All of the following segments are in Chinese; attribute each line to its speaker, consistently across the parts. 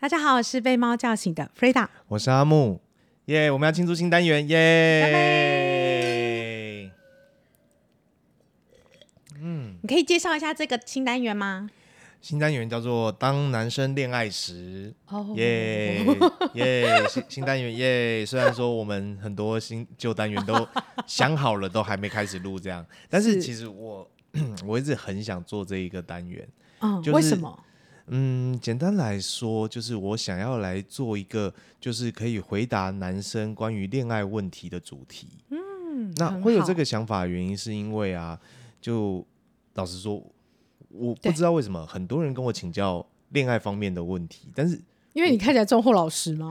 Speaker 1: 大家好，我是被猫叫醒的 Frida。
Speaker 2: 我是阿木，耶、我们要庆祝新单元，
Speaker 1: 干
Speaker 2: 耶、
Speaker 1: 你可以介绍一下这个新单元吗？
Speaker 2: 新单元叫做“当男生恋爱时”，
Speaker 1: 哦
Speaker 2: 耶耶，新新单元耶！虽然说我们很多新旧单元都想好了，都还没开始录这样，但
Speaker 1: 是
Speaker 2: 是其实我 我一直很想做这一个单元。
Speaker 1: 嗯，
Speaker 2: 就是
Speaker 1: 为什么？
Speaker 2: 嗯，简单来说，就是我想要来做一个，就是可以回答男生关于恋爱问题的主题。
Speaker 1: 嗯，
Speaker 2: 那
Speaker 1: 很
Speaker 2: 会有
Speaker 1: 好
Speaker 2: 这个想法，原因是因为啊，就老实说，我
Speaker 1: 对
Speaker 2: 不知道为什么很多人跟我请教恋爱方面的问题，但是
Speaker 1: 因为你看起来忠厚老实吗？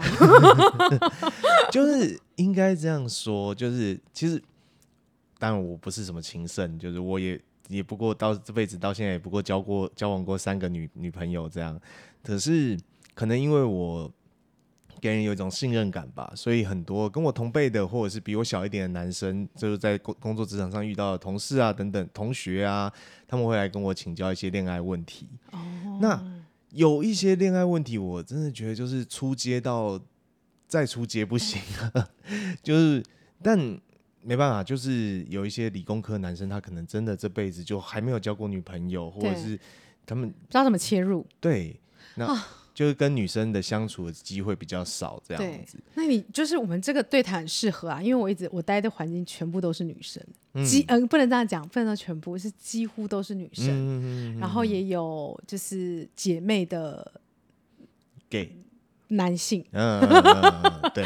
Speaker 2: 就是应该这样说，就是其实，当然我不是什么情圣，就是我也也不过到这辈子到现在也不过交过交往过三个女女朋友这样，可是可能因为我给人有一种信任感吧，所以很多跟我同辈的或者是比我小一点的男生，就是在工工作职场上遇到的同事啊等等同学啊，他们会来跟我请教一些恋爱问题。
Speaker 1: 哦，
Speaker 2: 那有一些恋爱问题，我真的觉得就是出街到再出街不行啊，就是但没办法，就是有一些理工科男生，他可能真的这辈子就还没有交过女朋友，或者
Speaker 1: 对
Speaker 2: 是他们
Speaker 1: 不知道怎么切入。
Speaker 2: 对那。就是跟女生的相处的机会比较少，这样
Speaker 1: 对
Speaker 2: 子，，
Speaker 1: 那你就是我们这个对谈很适合啊，因为我一直我待的环境全部都是女生，
Speaker 2: 嗯
Speaker 1: 几嗯、不能这样讲，不能说全部是几乎都是女
Speaker 2: 嗯
Speaker 1: 生，
Speaker 2: 嗯嗯
Speaker 1: 然后也有就是姐妹的
Speaker 2: 给，
Speaker 1: 男性，
Speaker 2: 嗯，嗯嗯嗯嗯对，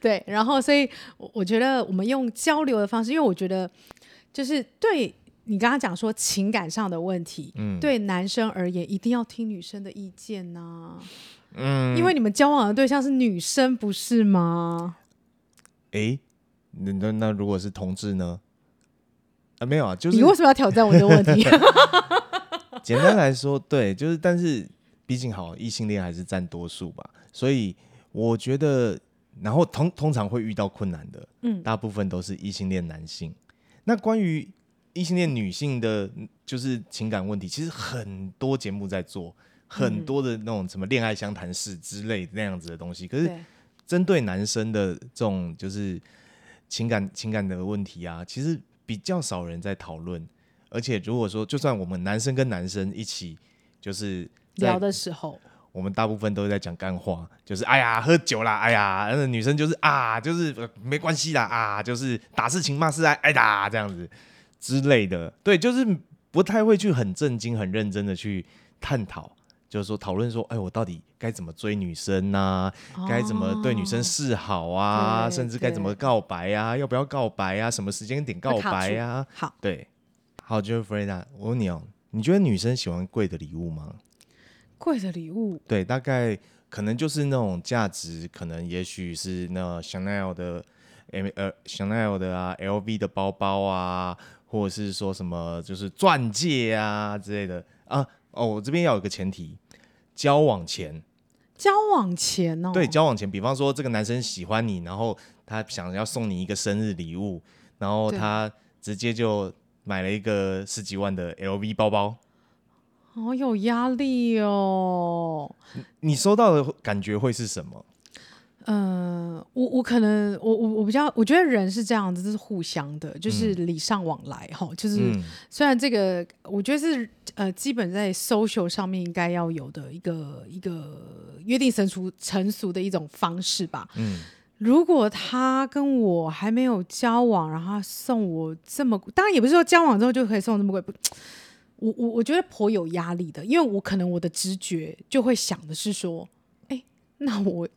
Speaker 1: 对，然后所以我我觉得我们用交流的方式，因为我觉得就是对你刚刚讲说情感上的问题，
Speaker 2: 嗯，
Speaker 1: 对男生而言一定要听女生的意见呐、
Speaker 2: 嗯，
Speaker 1: 因为你们交往的对象是女生，不是吗？
Speaker 2: 诶，那那那如果是同志呢？啊，没有啊，就是
Speaker 1: 你为什么要挑战我的问题？
Speaker 2: 简单来说， 对，就是，但是毕竟好，异性恋还是占多数吧，所以我觉得，然后通通常会遇到困难的，
Speaker 1: 嗯
Speaker 2: 大部分都是异性恋男性。那关于异性恋女性的，就是情感问题，其实很多节目在做，很多的那种什么恋爱相谈室之类那样子的东西，可是
Speaker 1: 对，
Speaker 2: 针 对男生的这种就是情感情感的问题啊，其实比较少人在讨论。而且如果说，就算我们男生跟男生一起，就是
Speaker 1: 聊
Speaker 2: 在
Speaker 1: 的时候，
Speaker 2: 我们大部分都在讲干话，就是哎呀喝酒啦，哎呀，那女生就是啊，就是、呃没关系啦啊，就是打是情骂是爱，哎呀这样子之类的。对，就是不太会去很震惊、很认真的去探讨。就是说，讨论说，哎，我到底该怎么追女生呐、该怎么对女生
Speaker 1: 哦
Speaker 2: 示好啊，
Speaker 1: 对
Speaker 2: 甚至该怎么
Speaker 1: 对
Speaker 2: 告白啊，要不要告白啊，什么时间点告白啊？
Speaker 1: 好？
Speaker 2: 对，好，就是 Freda，我问你哦，你觉得女生喜欢贵的礼物吗？
Speaker 1: 贵的礼物，
Speaker 2: 对，大概可能就是那种价值，可能也许是那 Chanel 的，M 呃 Chanel 的啊，LV 的包包啊，或者是说什么就是钻戒啊之类的啊。哦，我这边要有一个前提，交往前
Speaker 1: 交往前哦，
Speaker 2: 对，交往前，比方说这个男生喜欢你，然后他想要送你一个生日礼物，然后
Speaker 1: 对
Speaker 2: 他直接就买了一个十几万的 LV 包包，
Speaker 1: 好有压力哦。
Speaker 2: 你收到的感觉会是什么？
Speaker 1: 呃，我我可能我我我比较，我觉得人是这样子，这是互相的，就是礼尚往来哈、就是、
Speaker 2: 嗯
Speaker 1: 虽然这个我觉得是呃，基本在 social 上面应该要有的一个一个约定成熟成熟的一种方式吧。
Speaker 2: 嗯，
Speaker 1: 如果他跟我还没有交往，然后他送我这么，当然也不是说交往之后就可以送我这么贵，不，我我我觉得颇有压力的，因为我可能我的直觉就会想的是说，哎、那我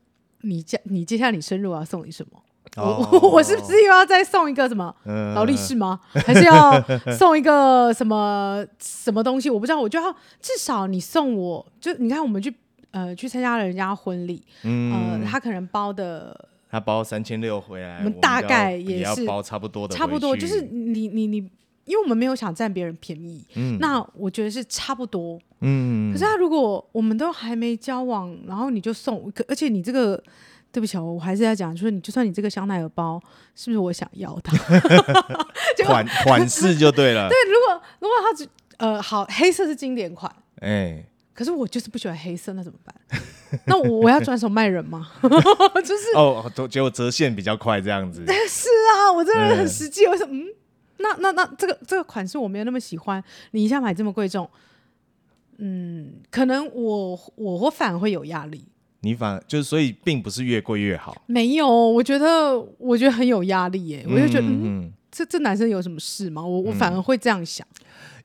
Speaker 1: 你接你接下来你生日我要送你什么？我我我是不是又要再送一个什么？
Speaker 2: 哦嗯
Speaker 1: 劳力士吗？还是要送一个什么什么东西？我不知道，我就要至少你送我，就你看我们去呃去参加了人家婚礼，呃，
Speaker 2: 嗯，
Speaker 1: 他可能包的
Speaker 2: 他包三千六回来，
Speaker 1: 我
Speaker 2: 我
Speaker 1: 们大
Speaker 2: 要
Speaker 1: 概也
Speaker 2: 也要
Speaker 1: 是
Speaker 2: 包差不多的回去，
Speaker 1: 差不多，就是你你你，因为我们没有想占别人便宜，
Speaker 2: 嗯
Speaker 1: 那我觉得是差不多。
Speaker 2: 嗯，
Speaker 1: 可是他如果我们都还没交往，然后你就送，可而且你这个。对不起，哦，我还是要讲，就是你就算你这个香奈儿包是不是我想要 的？ 就
Speaker 2: 款款式就对了，
Speaker 1: 对，如果如果他只呃好，黑色是经典款，
Speaker 2: 哎，
Speaker 1: 可是我就是不喜欢黑色，那怎么办？ 那我我要转手卖人吗？ 就是
Speaker 2: 哦，都结果折现比较快这样子，
Speaker 1: 是啊，我真的很
Speaker 2: 嗯
Speaker 1: 实际。我说，嗯，那那那这个这个款式我没有那么喜欢，你一下买这么贵重，嗯，可能我我我反而会有压力。
Speaker 2: 你反就是所以并不是越贵越好。
Speaker 1: 没有，我觉得我觉得很有压力耶，我就觉得，嗯，
Speaker 2: 嗯，
Speaker 1: 这这男生有什么事吗？我我反而会这样想。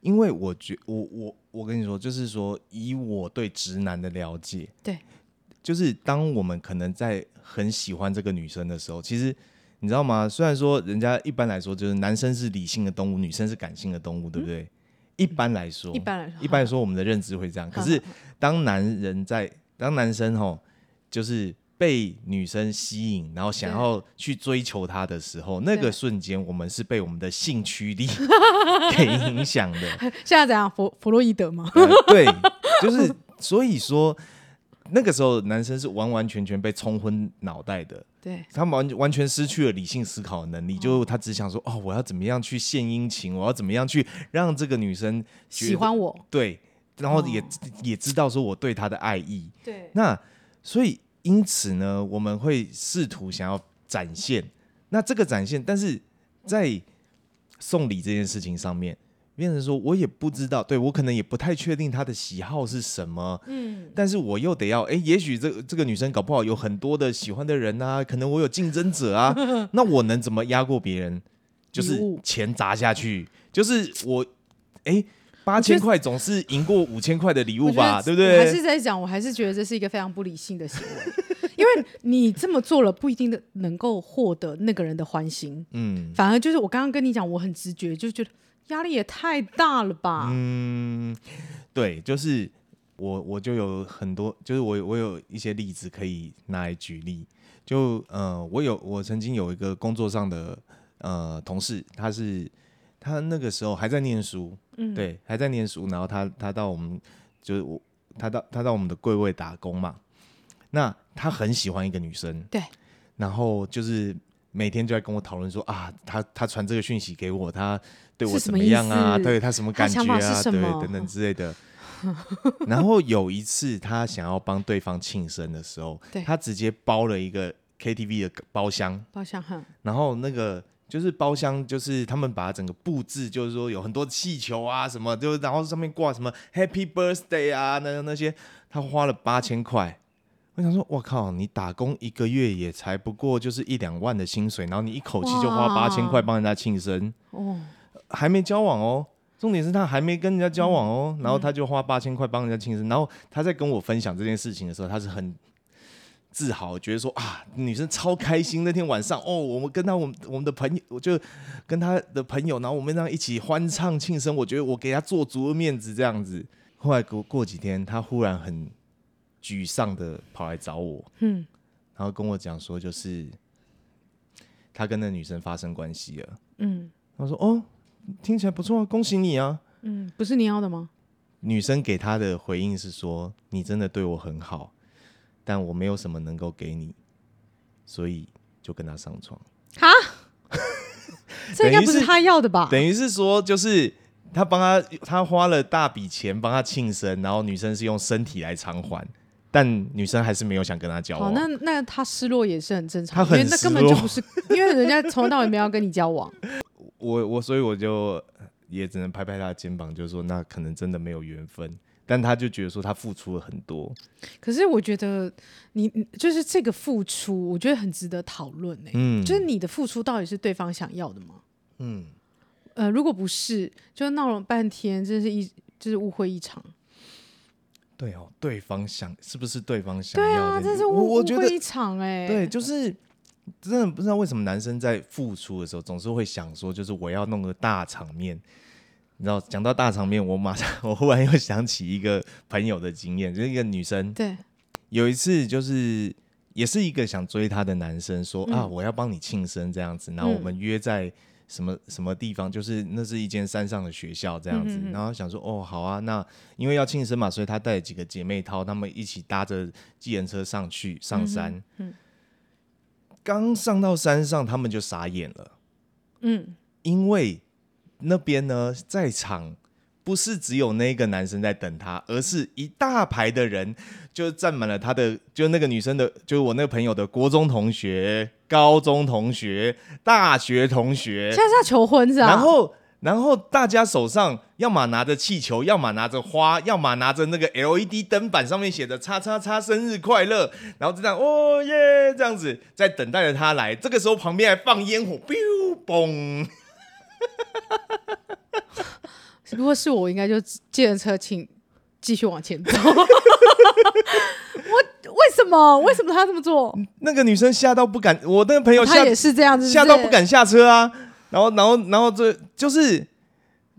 Speaker 2: 因为我觉我我我跟你说，就是说以我对直男的了解，
Speaker 1: 对，
Speaker 2: 就是当我们可能在很喜欢这个女生的时候，其实你知道吗？虽然说人家一般来说就是男生是理性的动物，女生是感性的动物，对不对？一般来说，
Speaker 1: 嗯一般来说
Speaker 2: 一般来说我们的认知会这样。可 是当男人在当男生吼，就是被女生吸引，然后想要去追求她的时候，那
Speaker 1: 对
Speaker 2: 个瞬间我们是被我们的性驱 力给影响的。
Speaker 1: 现在怎样？弗弗洛伊德吗？
Speaker 2: 呃对， 就是所以说，那个时候男生是完完全全被冲昏脑袋的，
Speaker 1: 对，
Speaker 2: 他们完完全失去了理性思考的能
Speaker 1: 嗯
Speaker 2: 力，就他只想说，哦，我要怎么样去献殷勤，我要怎么样去让这个女生觉
Speaker 1: 喜
Speaker 2: 得
Speaker 1: 欢我，
Speaker 2: 对，然后也、
Speaker 1: 哦
Speaker 2: 也知道说我对她的爱意，
Speaker 1: 对，
Speaker 2: 那所以因此呢，我们会试图想要展现，那这个展现，但是在送礼这件事情上面，变成说我也不知道，对我可能也不太确定她的喜好是什么。
Speaker 1: 嗯，
Speaker 2: 但是我又得要，哎，也许这个这个女生搞不好有很多的喜欢的人啊，可能我有竞争者 啊，那我能怎么压过别人？就
Speaker 1: 礼
Speaker 2: 是
Speaker 1: 物
Speaker 2: 钱砸下去，就是我，哎，八
Speaker 1: 觉
Speaker 2: 千
Speaker 1: 得
Speaker 2: 块总是赢过五千块的礼物
Speaker 1: 我觉
Speaker 2: 吧，
Speaker 1: 得
Speaker 2: 对不
Speaker 1: 我
Speaker 2: 对？
Speaker 1: 还是在讲，我还是觉得这是一个非常不理性的行为，因为你这么做了，不一定的能够获得那个人的欢心，
Speaker 2: 嗯
Speaker 1: 反而就是我刚刚跟你讲，我很直觉，就觉得压力也太大了吧。
Speaker 2: 嗯，对，就是我我就有很多，就是我有我有一些例子可以拿来举例。就呃，我有我曾经有一个工作上的呃同事，他是他那个时候还在念书，
Speaker 1: 嗯
Speaker 2: 对，还在念书，然后他他到我们就是我他到他到我们的柜位打工嘛，那他很喜欢一个女生，
Speaker 1: 对，
Speaker 2: 然后就是每天就在跟我讨论说啊，他他传这个讯息给我，他对我
Speaker 1: 是什
Speaker 2: 怎
Speaker 1: 么
Speaker 2: 么
Speaker 1: 意
Speaker 2: 样啊？
Speaker 1: 思
Speaker 2: 对他什么
Speaker 1: 他
Speaker 2: 感觉
Speaker 1: 想法是
Speaker 2: 啊？
Speaker 1: 什
Speaker 2: 对，
Speaker 1: 么
Speaker 2: 等等之类的。然后有一次他想要帮对方庆生的时候
Speaker 1: 对，
Speaker 2: 他直接包了一个 KTV 的包厢，
Speaker 1: 包厢哈，
Speaker 2: 然后那个。就是包厢，就是他们把它整个布置，就是说有很多气球啊什么，就然后上面挂什么 Happy Birthday 啊，那那些，他花了八千块。我想说，我靠，你打工一个月也才不过就是一两万的薪水，然后你一口气就花
Speaker 1: 哇
Speaker 2: 八千块帮人家庆生，
Speaker 1: 哦，
Speaker 2: 还没交往哦。重点是他还没跟人家交往哦，
Speaker 1: 嗯
Speaker 2: 然后他就花八千块帮人家庆生，然后他在跟我分享这件事情的时候，他是很自豪，觉得说啊，女生超开心。那天晚上哦，我们跟他我们我们的朋友，我就跟他的朋友，然后我们这样一起欢唱庆生，我觉得我给他做足了面子这样子。后来过过几天，他忽然很沮丧的跑来找我，
Speaker 1: 嗯，
Speaker 2: 然后跟我讲说，就是他跟那女生发生关系了。
Speaker 1: 嗯
Speaker 2: 他说：“哦，听起来不错啊，恭喜你啊。
Speaker 1: 嗯，不是你要的吗？”
Speaker 2: 女生给他的回应是说：“你真的对我很好，但我没有什么能够给你，所以就跟他上床。
Speaker 1: 哈， 这应该不是他要的吧？
Speaker 2: 等于是说，就是他帮他，他花了大笔钱帮他庆生，然后女生是用身体来偿还，但女生还是没有想跟他交
Speaker 1: 好，
Speaker 2: 往。
Speaker 1: 那那他失落也是很正常，
Speaker 2: 哦他很
Speaker 1: 因为那根本就不是，因为人家从头到尾没有跟你交往。
Speaker 2: 我我所以我就也只能拍拍他的肩膀，就说那可能真的没有缘分。但他就觉得说他付出了很多，
Speaker 1: 可是我觉得你你就是这个付出，我觉得很值得讨论欸诶、
Speaker 2: 嗯
Speaker 1: 就是你的付出到底是对方想要的吗？
Speaker 2: 嗯，
Speaker 1: 呃，如果不是，就闹了半天，真是一就是误会一场。
Speaker 2: 对哦，对方想是不是对方想
Speaker 1: 对
Speaker 2: 要
Speaker 1: 啊，
Speaker 2: 这
Speaker 1: 真
Speaker 2: 件事？
Speaker 1: 是
Speaker 2: 我
Speaker 1: 误
Speaker 2: 我
Speaker 1: 误
Speaker 2: 觉
Speaker 1: 会
Speaker 2: 得
Speaker 1: 一场哎、
Speaker 2: 对，就是真的不知道为什么男生在付出的时候总是会想说，就是我要弄个大场面。你知道，讲到大场面，我马上 我忽然又想起一个朋友的经验，就是一个女生
Speaker 1: 对
Speaker 2: 有一次就是也是一个想追她的男生说、啊，
Speaker 1: 嗯
Speaker 2: 我要帮你庆生这样子，然后我们约在什么什么地方，就是那是一间山上的学校这样子，
Speaker 1: 嗯哼哼
Speaker 2: 然后想说哦好啊，那因为要庆生嘛，所以她带了几个姐妹淘，她们一起搭着计程车上去上山，
Speaker 1: 嗯
Speaker 2: 刚上到山上，他们就傻眼了，
Speaker 1: 嗯，
Speaker 2: 因为那边呢在场不是只有那个男生在等她，而是一大排的人就站满了她的，就那个女生的，就是我那个朋友的国中同学、高中同学、大学同学
Speaker 1: 现，在是要求婚是吧？
Speaker 2: 然后。然后大家手上要么拿着气球，要么拿着花，要么拿着那个 LED 灯板，上面写着“叉叉叉生日快乐”，然后就这样哦耶这样子，在等待着他来。这个时候旁边还放烟火，biu 嘣，
Speaker 1: 如果是我，我应该就借着车请继续往 前走。我为什么？为什么他这么做？
Speaker 2: 那个女生吓到不敢，我那个朋友吓
Speaker 1: 他也是这样子，
Speaker 2: 吓到不
Speaker 1: 是是。
Speaker 2: 敢下车啊。然后，然后，然后这就是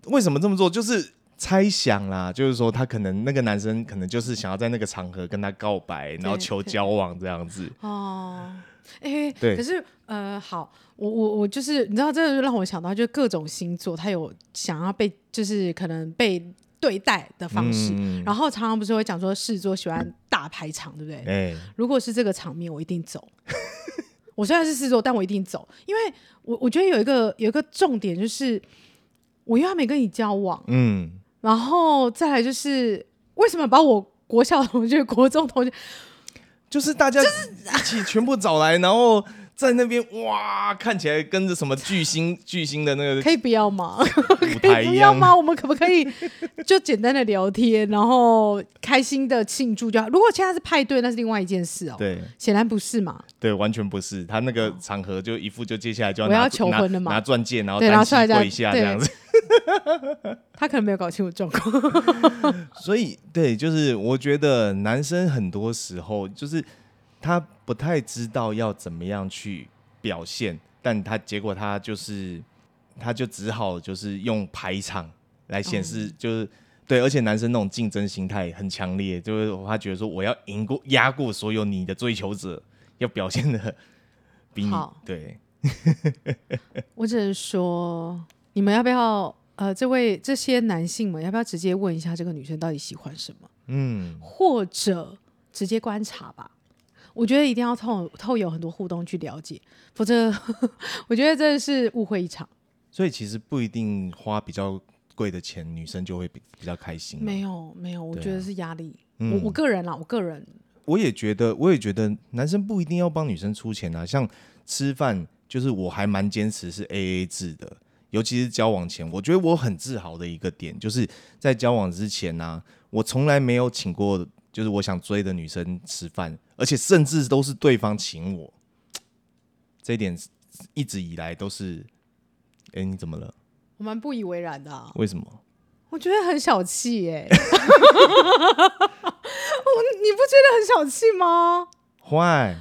Speaker 2: 为什么这么做，就是猜想啦，就是说他可能那个男生可能就是想要在那个场合跟她告白，然后求交往这样子。
Speaker 1: 哦，哎、
Speaker 2: 对
Speaker 1: 可是呃，好，我我我就是你知道，这个就让我想到，就是各种星座，他有想要被，就是可能被对待的方式。
Speaker 2: 嗯
Speaker 1: 然后常常不是会讲说狮子座喜欢大排场，对不对？
Speaker 2: 哎、
Speaker 1: 如果是这个场面，我一定走。 我虽然是狮子座，但我一定走，因为我我觉得有一个有一个重点就是，我又还没跟你交往，
Speaker 2: 嗯，
Speaker 1: 然后再来就是为什么把我国小同学、国中同学，
Speaker 2: 就是大家一起全部找来，然后在那边哇，看起来跟着什么 巨星巨星的那个
Speaker 1: 可以不要吗？
Speaker 2: 舞
Speaker 1: 可
Speaker 2: 台
Speaker 1: 以不
Speaker 2: 一
Speaker 1: 要
Speaker 2: 样。
Speaker 1: 吗？我们可不可以 就简单的聊天，然后开心的庆祝就好？如果现在是派对，那是另外一件事哦。
Speaker 2: 对
Speaker 1: 显然不是嘛。
Speaker 2: 对，完全不是他那个场合，就一副就接下来就
Speaker 1: 我
Speaker 2: 拿
Speaker 1: 要求
Speaker 2: 拿
Speaker 1: 婚了嘛
Speaker 2: 拿钻戒，然后
Speaker 1: 对然后
Speaker 2: 单
Speaker 1: 出来
Speaker 2: 膝
Speaker 1: 这样
Speaker 2: 跪下这
Speaker 1: 对
Speaker 2: 样子。
Speaker 1: 他可能没有搞清楚状况。
Speaker 2: 所以对，就是我觉得男生很多时候就是他不太知道要怎么样去表现，但他结果他就是他就只好就是用排场来显示，
Speaker 1: 嗯
Speaker 2: 就是。对，而且男生那种竞争心态很强烈，就是他觉得说我要赢过、压过所有你的追求者，要表现的比你
Speaker 1: 好
Speaker 2: 对，
Speaker 1: 我只能说，你们要不要？呃，这位这些男性们要不要直接问一下这个女生到底喜欢什么，
Speaker 2: 嗯，
Speaker 1: 或者直接观察吧？我觉得一定要透透有很多互动去了解，否则 我觉得真的是误会一场。
Speaker 2: 所以其实不一定花比较贵的钱，女生就会比比较开心嘛。
Speaker 1: 没有没有，我
Speaker 2: 嗯对啊
Speaker 1: 觉得是压力。
Speaker 2: 嗯
Speaker 1: 我我个人啦，我个人
Speaker 2: 我也觉得，我也觉得男生不一定要帮女生出钱啊。像吃饭，就是我还蛮坚持是 A A 制的，尤其是交往前，我觉得我很自豪的一个点，就是在交往之前呢、我从来没有请过就是我想追的女生吃饭，而且甚至都是对方请我，这一点一直以来都是。哎，你怎么了？
Speaker 1: 我蛮不以为然的啊、
Speaker 2: 为什么？
Speaker 1: 我觉得很小气 耶、我你不觉得很小气吗？
Speaker 2: 坏？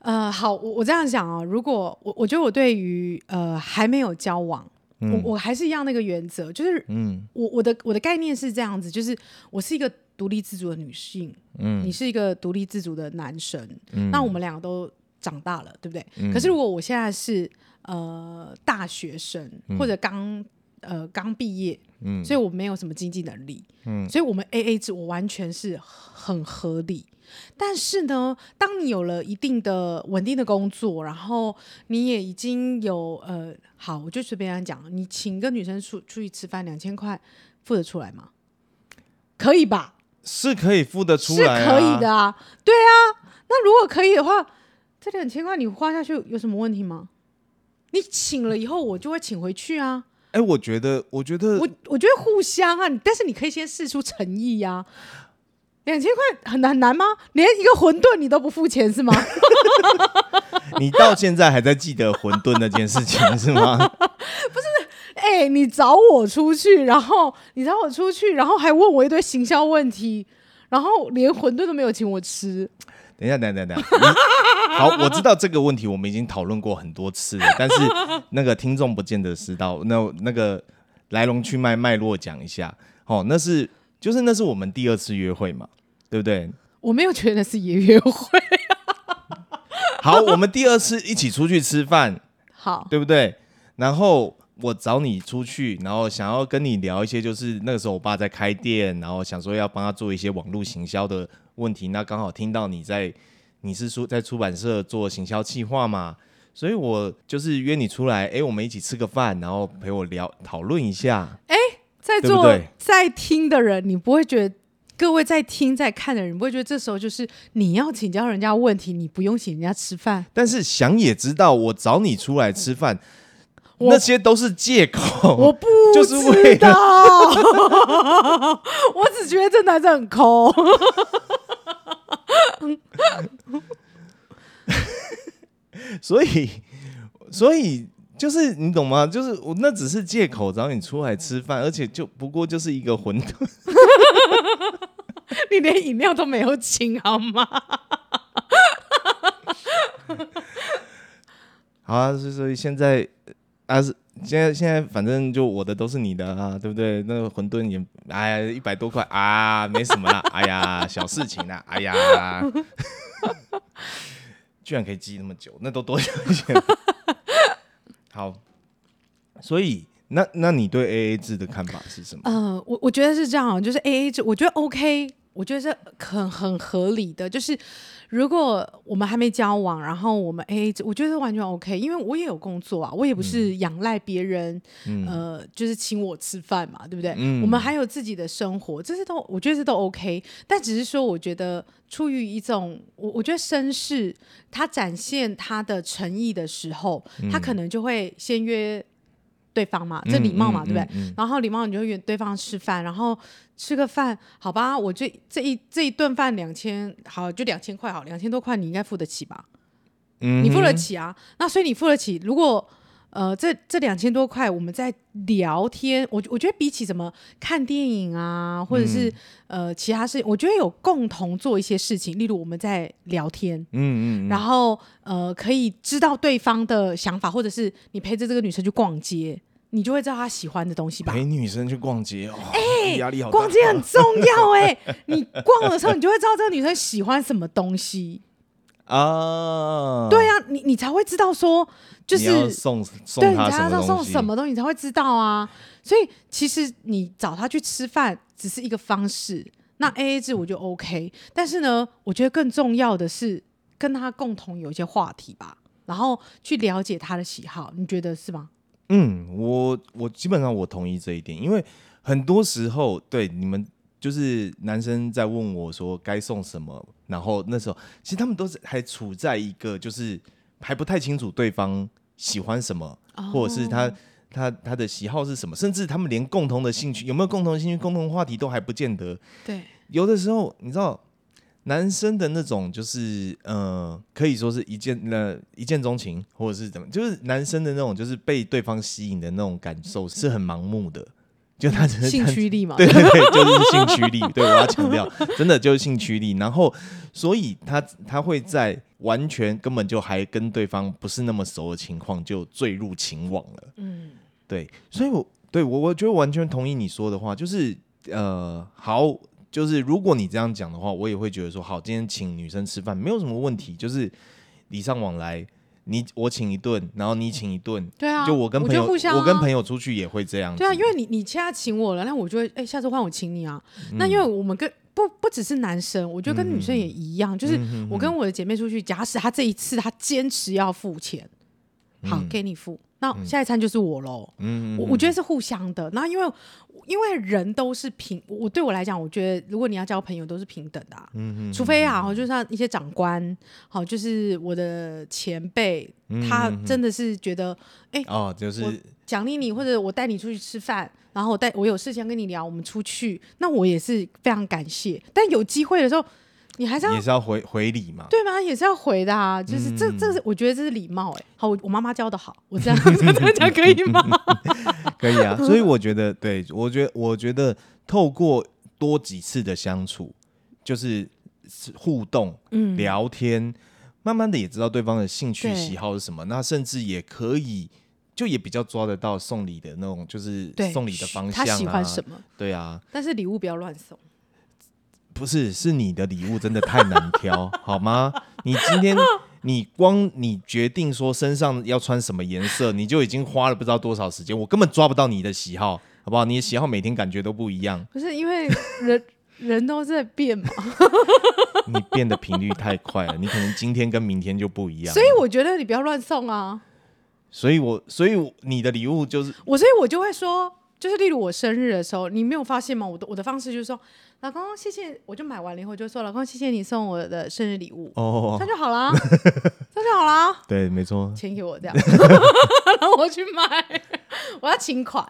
Speaker 1: 呃，好，我我这样讲哦，如果我我觉得我对于呃还没有交往，我我还是一样那个原则，就是
Speaker 2: 嗯
Speaker 1: 我我的我的概念是这样子，就是我是一个独立自主的女性，
Speaker 2: 嗯
Speaker 1: 你是一个独立自主的男生，
Speaker 2: 嗯
Speaker 1: 那我们两个都长大了，对不对？
Speaker 2: 嗯
Speaker 1: 可是如果我现在是呃大学生或者刚呃刚毕业，
Speaker 2: 嗯
Speaker 1: 所以我没有什么经济能力，
Speaker 2: 嗯
Speaker 1: 所以我们 A A 制我完全是很合理。但是呢，当你有了一定的稳定的工作，然后你也已经有呃，好，我就随便讲，你请个女生出出去吃饭，两千块付得出来吗？可以吧？
Speaker 2: 是可以付得出来、
Speaker 1: 是可以的。啊，对啊。那如果可以的话，这两千块你花下去有什么问题吗？你请了以后，我就会请回去啊。
Speaker 2: 哎，我觉得，我觉得
Speaker 1: 我我觉得互相啊，你但是你可以先试出诚意呀、两千块很难很难吗？连一个馄饨你都不付钱是吗？
Speaker 2: 你到现在还在记得馄饨那件事情是吗？
Speaker 1: 哎、你找我出去，然后你找我出去，然后还问我一堆行销问题，然后连馄饨都没有请我吃，
Speaker 2: 等一下，等一下，等一下。你好，我知道这个问题我们已经讨论过很多次了，但是那个听众不见得知道。那那个来龙去脉脉络讲一下。哦，那是就是那是我们第二次约会嘛，对不对？
Speaker 1: 我没有觉得是爷约会。
Speaker 2: 好，我们第二次一起出去吃饭，
Speaker 1: 好，
Speaker 2: 对不对？然后我找你出去，然后想要跟你聊一些，就是那个时候我爸在开店，然后想说要帮他做一些网络行销的问题。那刚好听到你在，你是说在出版社做行销企划嘛？所以我就是约你出来，哎，我们一起吃个饭，然后陪我聊讨论一下。
Speaker 1: 在
Speaker 2: 对不
Speaker 1: 座
Speaker 2: 对
Speaker 1: 在听的人，你不会觉得各位在听在看的人，你不会觉得这时候就是你要请教人家问题，你不用请人家吃饭。
Speaker 2: 但是想也知道，我找你出来吃饭，
Speaker 1: 我
Speaker 2: 那些都是借
Speaker 1: 我
Speaker 2: 口。
Speaker 1: 不
Speaker 2: 哦就是为
Speaker 1: 知道， 我只觉得这男生很抠。
Speaker 2: 所以，所以就是你懂吗？就是我那只是借口找你出来吃饭，而且就不过就是一个馄饨。
Speaker 1: 你连饮料都没有请好吗？
Speaker 2: 好啊，所以所以现在啊是。现在现在反正就我的都是你的啊，对不对？那个馄饨也哎呀一百多块啊，没什么啦，哎呀小事情啦，哎呀， 居然可以记那么久，那都多久以前？ 好，所以那那你对 A A 制的看法是什么？
Speaker 1: 呃，我我觉得是这样，就是 A A 制，我觉得 O、k 我觉得是很很合理的。就是如果我们还没交往，然后我们 A A 制，我觉得完全 O、k 因为我也有工作啊，我也不
Speaker 2: 嗯
Speaker 1: 是仰赖别人，呃，就是请我吃饭嘛，对不对？
Speaker 2: 嗯
Speaker 1: 我们还有自己的生活，这些都我觉得这都 O、k 但只是说，我觉得出于一种我我觉得绅士，他展现他的诚意的时候，他可能就会先约。对方嘛，这礼貌嘛，
Speaker 2: 嗯嗯
Speaker 1: 对不对？？
Speaker 2: 嗯嗯
Speaker 1: 然后礼貌你就约对方吃饭，然后吃个饭，好吧，我这这一这一顿饭两千，好就两千块好，两千多块你应该付得起吧？
Speaker 2: 嗯
Speaker 1: 你付得
Speaker 2: 哼
Speaker 1: 起啊？那所以你付得起，如果呃这这两千多块我们在聊天，我我觉得比起什么看电影啊，或者是、
Speaker 2: 嗯
Speaker 1: 呃其他事，我觉得有共同做一些事情，例如我们在聊天。
Speaker 2: 嗯嗯嗯，
Speaker 1: 然后呃，可以知道对方的想法，或者是你陪着这个女生去逛街，你就会知道她喜欢的东西吧。
Speaker 2: 陪女生去逛街哦，压力好大，
Speaker 1: 逛街哎很重要哎、 你逛的时候，你就会知道这个女生喜欢什么东西。
Speaker 2: 哦啊，
Speaker 1: 对啊，你你才会知道说，就
Speaker 2: 你要
Speaker 1: 是
Speaker 2: 送送
Speaker 1: 对，
Speaker 2: 她
Speaker 1: 你
Speaker 2: 什
Speaker 1: 才
Speaker 2: 么
Speaker 1: 要
Speaker 2: 东
Speaker 1: 送
Speaker 2: 西
Speaker 1: 什么东西，你才会知道啊。所以其实你找她去吃饭只是一个方式，那
Speaker 2: 嗯
Speaker 1: A A 制我就 O、k 但是呢，我觉得更重要的是跟她共同有一些话题吧，然后去了解她的喜好，你觉得是吗？
Speaker 2: 嗯，我我基本上我同意这一点，因为很多时候对你们就是男生在问我说该送什么，然后那时候其实他们都是还处在一个就是还不太清楚对方喜欢什么，
Speaker 1: 哦
Speaker 2: 或者是他他他的喜好是什么，甚至他们连共同的兴趣有没有共同的兴趣、共同话题都还不见得。
Speaker 1: 对
Speaker 2: 有的时候你知道。男生的那种就是，呃，可以说是一见呃一见钟情，或者是怎么，就是男生的那种就是被对方吸引的那种感受是很盲目的，就他只是
Speaker 1: 兴
Speaker 2: 单
Speaker 1: 趣力嘛，
Speaker 2: 对对对，就是性驱力。对，我要强调，真的就是性驱力。然后，所以他他会在完全根本就还跟对方不是那么熟的情况，就坠入情网了。
Speaker 1: 嗯，
Speaker 2: 对，所以我对我我觉得完全同意你说的话，就是呃，好，就是如果你这样讲的话，我也会觉得说，好，今天请女生吃饭没有什么问题，就是礼尚往来。你我请一顿，然后你请一顿，
Speaker 1: 对啊，
Speaker 2: 就我跟朋友，
Speaker 1: 觉得互相、啊、
Speaker 2: 我跟朋友出去也会这样子。
Speaker 1: 对啊，因为你你现在请我了，那我就会哎、下次换我请你啊。
Speaker 2: 嗯
Speaker 1: 那因为我们跟不不只是男生，我觉得跟女生也一样，就是我跟我的姐妹出去，假使她这一次她坚持要付钱，好、给你付，那下一餐就是我喽。
Speaker 2: 嗯嗯，嗯
Speaker 1: 我我觉得是互相的。那因为因为人都是平，我对我来讲，我觉得如果你要交朋友都是平等的、啊，
Speaker 2: 嗯
Speaker 1: 除非啊，就像一些长官，好，就是我的前辈，
Speaker 2: 嗯
Speaker 1: 他真的是觉得哎、
Speaker 2: 哦，就
Speaker 1: 我
Speaker 2: 是
Speaker 1: 奖励你，或者我带你出去吃饭，然后我带我有事先跟你聊，我们出去，那我也是非常感谢。但有机会的时候，你还是要
Speaker 2: 也是嗯要回回礼嘛。
Speaker 1: 对吗？也是要回的啊，就是、这这是我觉得这是礼貌哎、好，我我妈妈教的好，我这样 这样讲可以 吗？
Speaker 2: 可以 啊。所以我觉得，对我觉得，我觉得透过多几次的相处，就是互动、
Speaker 1: 嗯
Speaker 2: 聊天，慢慢的也知道对方的兴趣
Speaker 1: 对
Speaker 2: 喜好是什么，那甚至也可以。就也比较抓得到送礼的那种，就是
Speaker 1: 对，
Speaker 2: 送礼的方向、啊、
Speaker 1: 他喜欢什么？
Speaker 2: 对啊，
Speaker 1: 但是礼物不要乱 送。
Speaker 2: 不是，是你的礼物真的太难挑，好吗？你今天你光你决定说身上要穿什么颜色，你就已经花了不知道多少时间，我根本抓不到你的喜好，好不好？你的喜好每天感觉都不一样，
Speaker 1: 不是因为人人都在变嘛，
Speaker 2: 你变的频率太快了，你可能今天跟明天就不一样。
Speaker 1: 所以，我觉得你不要乱送啊。
Speaker 2: 所以我，所以我你的礼物就是
Speaker 1: 我所以我就会说，就是例如我生日的时候，你没有发现吗？我的我的方式就是说，老公谢谢，我就买完了以后就说，老公谢谢你送我的生日礼物，
Speaker 2: 哦
Speaker 1: 这，样就好 啦，这样就好啦。
Speaker 2: 对，没错，
Speaker 1: 钱给我这样， 然后我去买，我要请款。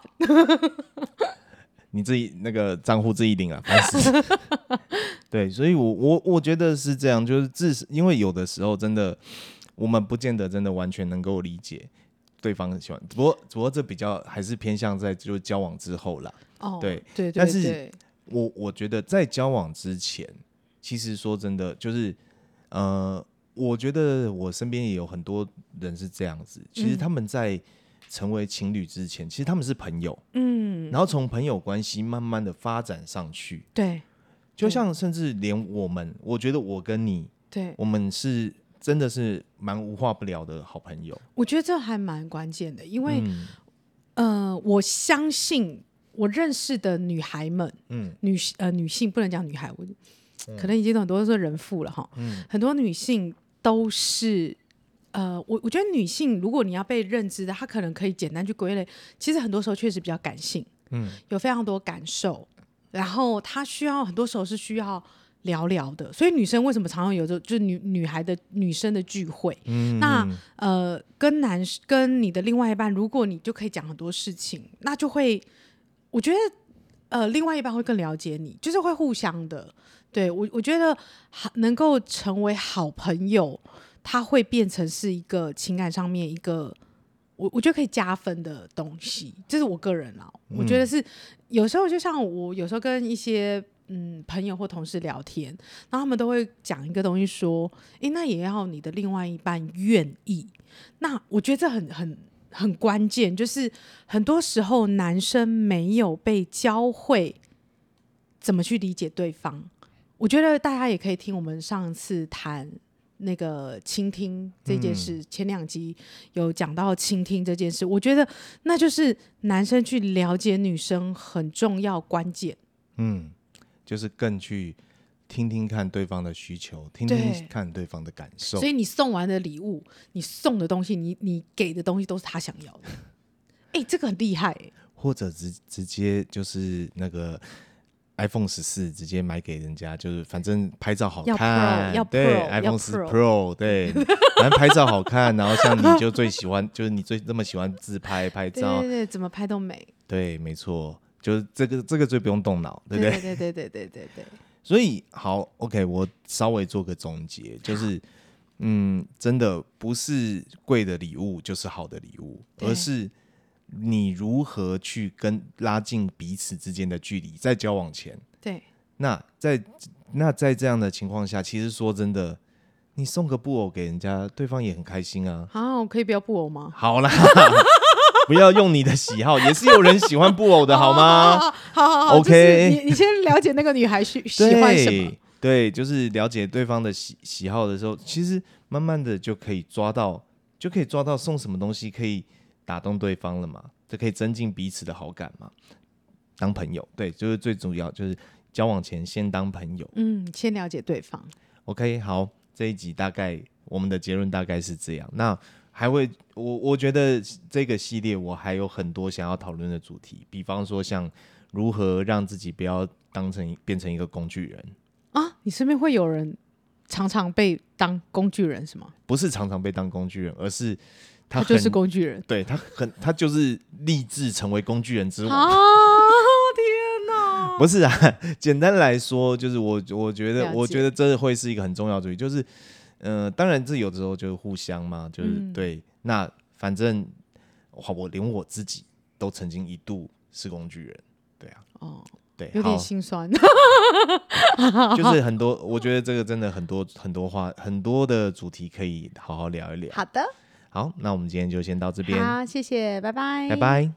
Speaker 2: 你自己那个账户自己领啊，烦死。对，所以我我我觉得是这样，就是至少因为有的时候真的，我们不见得真的完全能够理解对方喜欢，不过不过这比较还是偏向在就是交往之后啦。
Speaker 1: 哦，
Speaker 2: 对
Speaker 1: 对对
Speaker 2: 但是
Speaker 1: 对
Speaker 2: 我我觉得在交往之前，其实说真的，就是呃，我觉得我身边也有很多人是这样子，其
Speaker 1: 嗯
Speaker 2: 实他们在成为情侣之前，其实他们是朋友，
Speaker 1: 嗯，
Speaker 2: 然后从朋友关系慢慢的发展上去。
Speaker 1: 对
Speaker 2: 就
Speaker 1: 对
Speaker 2: 像甚至连我们，我觉得我跟你，
Speaker 1: 对，
Speaker 2: 我们是真的是蛮无话不聊的好朋友。
Speaker 1: 我觉得这还蛮关键的，因为、
Speaker 2: 嗯
Speaker 1: 呃，我相信我认识的女孩们，
Speaker 2: 嗯
Speaker 1: 女呃女性不能讲女孩，我可能已经很多都是人妇了哈，
Speaker 2: 嗯
Speaker 1: 很多女性都是。呃，我我觉得女性，如果你要被认知的，她可能可以简单去归类。其实很多时候确实比较感性，
Speaker 2: 嗯，
Speaker 1: 有非常多感受，然后她需要很多时候是需要聊聊的。所以女生为什么常常有这就是女女孩的女生的聚会，
Speaker 2: 嗯
Speaker 1: 那
Speaker 2: 嗯
Speaker 1: 呃，跟男跟你的另外一半，如果你就可以讲很多事情，那就会，我觉得呃，另外一半会更了解你，就是会互相的。对我，我觉得好能够成为好朋友，他会变成是一个情感上面一个。我我觉得可以加分的东西，这是我个人啊，我觉得是有时候就像我有时候跟一些嗯朋友或同事聊天，然后他们都会讲一个东西说，诶，那也要你的另外一半愿意。那我觉得这很很很关键，就是很多时候男生没有被教会怎么去理解对方。我觉得大家也可以听我们上次谈那个倾听这件事，前两集有讲到倾听这件事。我觉得那就是男生去了解女生很重要关键。
Speaker 2: 嗯，就是更去听听看对方的需求，听
Speaker 1: 对
Speaker 2: 听看对方的感受
Speaker 1: 所。以你送完的礼物，你送的东西，你你给的东西都是他想要的。哎、这个很厉害、欸，
Speaker 2: 或者直直接就是那个 iPhone 十四直接买给人家，就是反正拍照好
Speaker 1: 要
Speaker 2: 看
Speaker 1: Pro，，要
Speaker 2: 对
Speaker 1: Pro，要
Speaker 2: ，iPhone 十
Speaker 1: Pro
Speaker 2: Pro，对， 反正拍照好看，然后像你就最喜欢，就是你最那么喜欢自拍拍
Speaker 1: 对
Speaker 2: 照
Speaker 1: 对，对，怎么拍都美，
Speaker 2: 对，没错，就是这个这个最不用动脑，对不对？
Speaker 1: 对对对对对对对，
Speaker 2: 所以好，OK，我稍微做个总结，就是嗯，真的不是贵的礼物就是好的礼物，
Speaker 1: 对
Speaker 2: 而是你如何去跟拉近彼此之间的距离，在交往前。
Speaker 1: 对
Speaker 2: 那在那在这样的情况下，其实说真的，你送个布偶给人家，对方也很开心啊。
Speaker 1: 好，我可以不要布偶吗？
Speaker 2: 好啦， 不要用你的喜好，也是有人喜欢布偶的好吗？
Speaker 1: 好哦好好好
Speaker 2: OK
Speaker 1: 就是你你先了解那个女孩 喜喜欢什么，
Speaker 2: 对，就是了解对方的喜喜好的时候，其实慢慢的就可以抓到，就可以抓到送什么东西可以打动对方了嘛，这可以增进彼此的好感嘛。当朋友，对，就是最主要，就是交往前先当朋友。
Speaker 1: 嗯，先了解对方。
Speaker 2: OK，好，这一集大概我们的结论大概是这样。那还会，我我觉得这个系列我还有很多想要讨论的主题，比方说像如何让自己不要当成变成一个工具人。
Speaker 1: 啊，你身边会有人常常被当工具人是吗？
Speaker 2: 不是常常被当工具人，而是
Speaker 1: 他
Speaker 2: 他很
Speaker 1: 就是工具人
Speaker 2: 对他很他就是立志成为工具人之
Speaker 1: 啊
Speaker 2: 王。！
Speaker 1: 天 哪，
Speaker 2: 不是啊，简单来说就是我我觉
Speaker 1: 了解
Speaker 2: 得我觉得这会是一个很重要的主题，就是呃，当然这有的时候就是互相嘛，就是、
Speaker 1: 嗯
Speaker 2: 对。那反正好，我连我自己都曾经一度是工具人，对啊，
Speaker 1: 哦，
Speaker 2: 对，
Speaker 1: 有
Speaker 2: 好
Speaker 1: 点，心酸。
Speaker 2: 就是很多，我觉得这个真的很多很多话很多的主题可以好好聊一聊。
Speaker 1: 好的，
Speaker 2: 好，那我们今天就先到这边，
Speaker 1: 好，谢谢，拜拜，
Speaker 2: 拜。拜。